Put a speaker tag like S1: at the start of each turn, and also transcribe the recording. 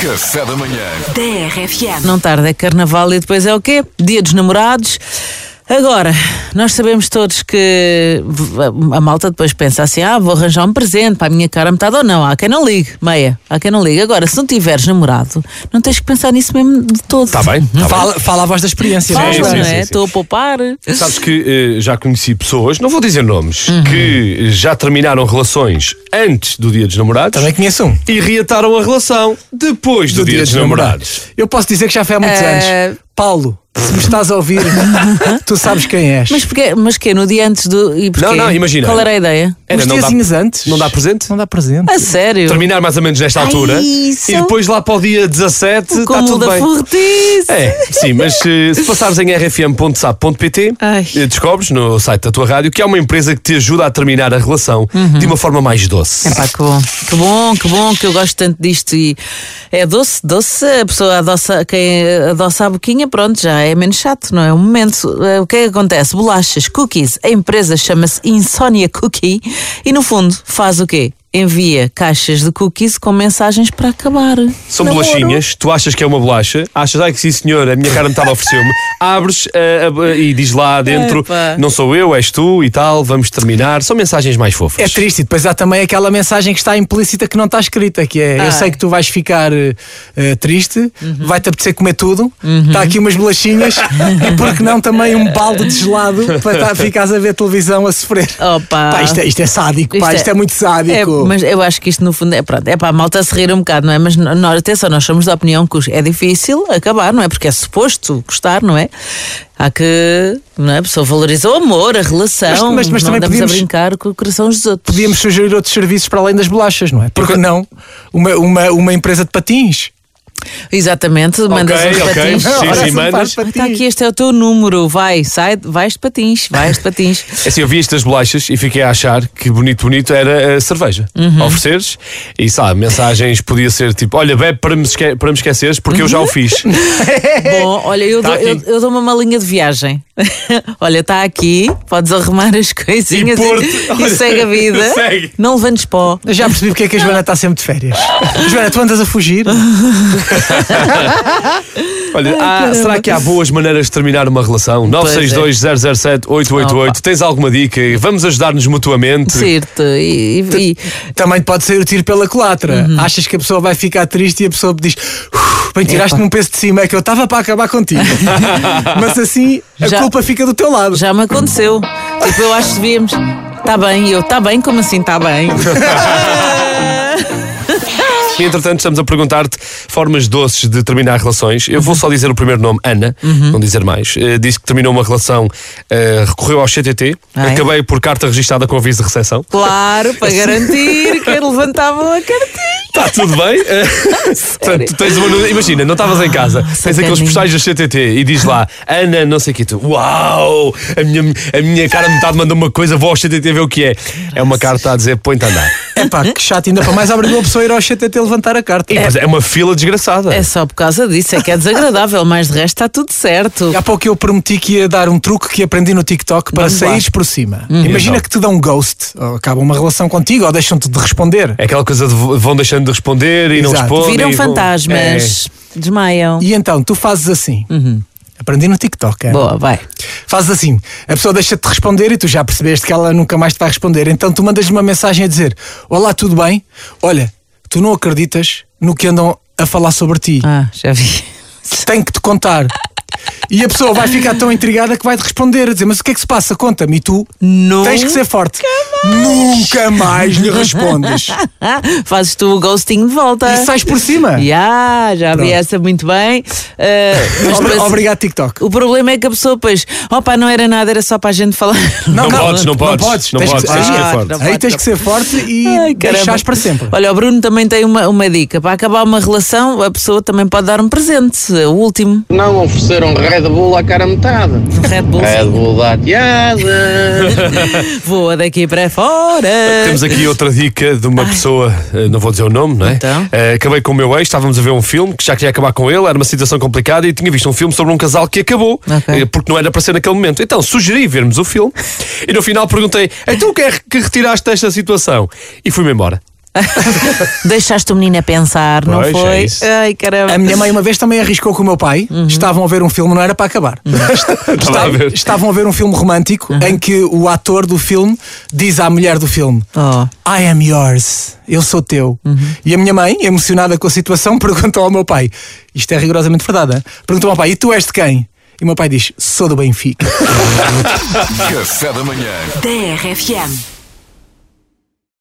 S1: Café da manhã.
S2: TRFM.
S3: Não tarda é carnaval e depois é o quê? Dia dos namorados. Agora, nós sabemos todos que a malta depois pensa assim: ah, vou arranjar um presente para a minha cara metade ou não. Há quem não ligue, meia. Há quem não ligue. Agora, se não tiveres namorado, não tens que pensar nisso mesmo de todo.
S4: Está bem, tá
S5: Fala, fala a voz da experiência.
S3: Fala,
S5: não é?
S4: Sim, sim,
S3: não
S4: sim,
S3: é?
S4: sim.
S3: Estou a poupar.
S4: bem. Sabes que eh, já conheci pessoas, não vou dizer nomes, que já terminaram relações antes do dia dos namorados
S5: Também conheço um.
S4: e reataram a relação depois do, dia, dos namorados.
S5: Eu posso dizer que já foi há muitos
S3: Eh,
S5: anos. Paulo, se me estás a ouvir, tu sabes quem és.
S3: Mas porquê? Mas quê? No dia antes do. E porquê?
S4: não, imagina. É
S3: Qual era a ideia?
S4: Era,
S5: Uns
S4: não,
S5: diazinhos
S4: dá,
S5: antes.
S4: não dá presente?
S5: Não dá presente.
S3: A sério?
S4: Terminar mais ou menos nesta altura
S3: isso.
S4: e depois lá para o dia 17
S3: o
S4: está
S3: cúmulo
S4: tá tudo
S3: da
S4: bem.
S3: fortice.
S4: É, sim, mas eh, se passares em rfm.sap.pt
S3: Ai.
S4: eh, descobres no site da tua rádio que há uma empresa que te ajuda a terminar a relação de uma forma mais doce.
S3: Epá, que bom, que bom, que bom, que eu gosto tanto disto e é doce, doce, a pessoa adoça, quem adoça a boquinha, pronto, já é menos chato, não é? Um momento, eh, o que é que acontece? Bolachas, cookies, a empresa chama-se Insônia Cookie e no fundo faz o quê? Envia caixas de cookies com mensagens para acabar.
S4: São
S3: Namoro.
S4: bolachinhas, tu achas que é uma bolacha, achas, ai que sim senhor, a minha cara metade ofereceu-me, abres ah, ah, ah, e diz lá dentro,
S3: Epa.
S4: não sou eu, és tu e tal, vamos terminar. São mensagens mais fofas.
S5: É triste, e depois há também aquela mensagem que está implícita que não está escrita, que é
S3: Ai.
S5: eu sei que tu vais ficar eh, eh, triste, vai-te apetecer comer tudo, está aqui umas bolachinhas e por que não também um balde de gelado para tá, ficares a ver televisão a sofrer.
S3: Opa.
S5: Pá, isto, é, isto é sádico,
S3: Isto
S5: pá,
S3: é-
S5: isto é muito
S3: É,
S5: sádico.
S3: mas eu acho que isto no fundo é pronto, é para a malta se rir um bocado, não é? Mas no- nós, atenção, nós somos da opinião que os- é difícil acabar, não é? Porque é suposto gostar, não é? Há que, não é? A pessoa valoriza o amor, a relação,
S5: Mas- mas- mas
S3: não
S5: também
S3: andamos
S5: podíamos-
S3: a brincar com o coração dos outros.
S5: podíamos sugerir outros serviços para além das bolachas, não é? Porque não? Uma, uma, uma empresa de patins?
S3: Exatamente, mandas um
S4: ok,
S3: patins.
S4: sim, sim,
S5: Olha, se me
S4: mandas.
S5: faz
S3: Ah,
S5: patins.
S3: Está aqui, este é o teu número, vai, sai, vais de patins, vais de patins.
S4: É Assim, eu vi estas bolachas e fiquei a achar que bonito, bonito era a cerveja.
S3: Uhum.
S4: A Ofereceres e sabe, mensagens podia ser tipo: olha, bebe para me, esque para me esqueceres porque eu já
S3: Uhum.
S4: o fiz.
S3: Bom, olha, eu,
S4: Tá
S3: dou, eu,
S4: aqui.
S3: eu dou uma malinha de viagem. olha, está aqui, podes arrumar as coisinhas
S4: E
S3: e,
S4: pôr-te-
S3: e
S4: olha,
S3: segue a vida.
S4: segue.
S3: Não levantes pó.
S5: Eu já percebi porque é que a Joana está sempre de férias. Joana, tu andas a fugir?
S4: Olha, há- será que há boas maneiras de terminar uma relação?
S3: é.
S4: 962-007-888. Tens alguma dica? Vamos ajudar-nos mutuamente?
S3: Cirte e, e- e-
S5: Também te pode sair o tiro pela culatra.
S3: Uhum.
S5: Achas que a pessoa vai ficar triste e a pessoa diz: "Uf, bem, tiraste-me um peso de cima, é que eu estava para acabar contigo. Mas assim a
S3: Já-
S5: culpa fica do teu lado.
S3: já me aconteceu. Tipo, eu acho que devíamos. Está bem, eu, está bem, como assim está bem?
S4: E, entretanto, estamos a perguntar-te formas doces de terminar relações. Eu vou só dizer o primeiro nome, Ana,
S3: Uhum.
S4: não dizer mais. Eh, disse que terminou uma relação, eh, recorreu ao CTT,
S3: Ai.
S4: acabei por carta registada com aviso de recepção.
S3: Claro, para garantir que levantavam a cartinha.
S4: Está tudo bem? Eh, portanto, tu tens uma nu- Imagina, não estavas em casa, tens
S3: sacaninho.
S4: aqueles postais do CTT e diz lá, Ana, não sei o que, tu, uau, a minha, a minha cara metade mandou uma coisa, vou ao CTT ver o que é. É uma carta a dizer, põe-te a andar.
S5: Epá, que chato, ainda para mais abriu a pessoa a ir ao chat até levantar a carta.
S4: E, mas é uma fila desgraçada.
S3: É só por causa disso, é que é desagradável, mas de resto está tudo certo.
S5: Há pouco eu prometi que ia dar um truque que aprendi no TikTok para
S3: Vamos lá. Uhum.
S5: saíres por cima. Imagina
S4: Então.
S5: que te dão um ghost, ou acabam uma relação contigo, ou deixam-te de responder.
S4: É aquela coisa de v- vão deixando de responder e não
S5: Exato.
S4: respondem.
S3: Viram
S4: e vão- É.
S3: fantasmas, desmaiam.
S5: E então tu fazes assim. Aprendi no TikTok. é?
S3: Uhum. Boa, vai.
S5: Fazes assim. A pessoa deixa-te responder e tu já percebeste que ela nunca mais te vai responder. Então tu mandas-lhe uma mensagem a dizer: Olá, tudo bem? Olha, tu não acreditas no que andam a falar sobre ti.
S3: Ah, já vi.
S5: Tenho que te contar. E a pessoa vai ficar tão intrigada que vai te responder a dizer: Mas o que é que se passa? Conta-me. E tu
S3: Nunca
S5: tens que ser forte. Nunca mais lhe respondes.
S3: Ah, fazes tu o ghosting de volta.
S5: e sais por cima.
S3: Ya, ah, já vi
S5: É. Pronto.
S3: essa muito bem. Ah, mas
S5: Obri-
S3: depois-
S5: Obrigado, TikTok.
S3: O problema é que a pessoa, pois, opa, não era nada, era só para a gente falar.
S4: Não,
S5: Não,
S4: podes, não
S5: não
S4: podes.
S5: podes,
S4: Não
S5: tens que-
S4: podes, tens que ser
S3: Ah,
S4: forte.
S3: não
S5: Aí tens que ser forte e
S3: Ai, caramba.
S5: deixares para sempre.
S3: Olha, o Bruno também tem uma, uma dica. Para acabar uma relação, a pessoa também pode dar um presente. O último, um
S6: Não ofereceram Red Bull à cara metade.
S3: Red Bull.
S4: É.
S6: Red Bull dá teada.
S3: Voa daqui para fora.
S4: Temos aqui outra dica de uma pessoa, eh, não vou dizer o nome, não é?
S3: Então?
S4: Eh, Acabei com o meu ex, estávamos a ver um filme que já queria acabar com ele, era uma situação complicada e tinha visto um filme sobre um casal que acabou,
S3: Ok.
S4: eh, porque não era para ser naquele momento. Então sugeri vermos o filme e no final perguntei: então o que é que retiraste desta situação? E fui-me embora.
S3: Deixaste o menino a pensar, não
S4: Pois, é
S3: foi?
S4: isso.
S3: Ai, caramba.
S5: A minha mãe uma vez também arriscou com o meu pai.
S3: Uhum.
S5: Estavam a ver um filme, não era para acabar.
S4: Estava a ver.
S5: Estavam a ver um filme romântico
S3: Uhum.
S5: em que o ator do filme diz à mulher do filme:
S3: Oh.
S5: I am yours, eu sou teu. E a minha mãe, emocionada com a situação, perguntou ao meu pai: Isto é rigorosamente verdade, hein? perguntou ao meu pai: E tu és de quem? E o meu pai diz: Sou do Benfica.
S1: Café da manhã.
S2: TRFM.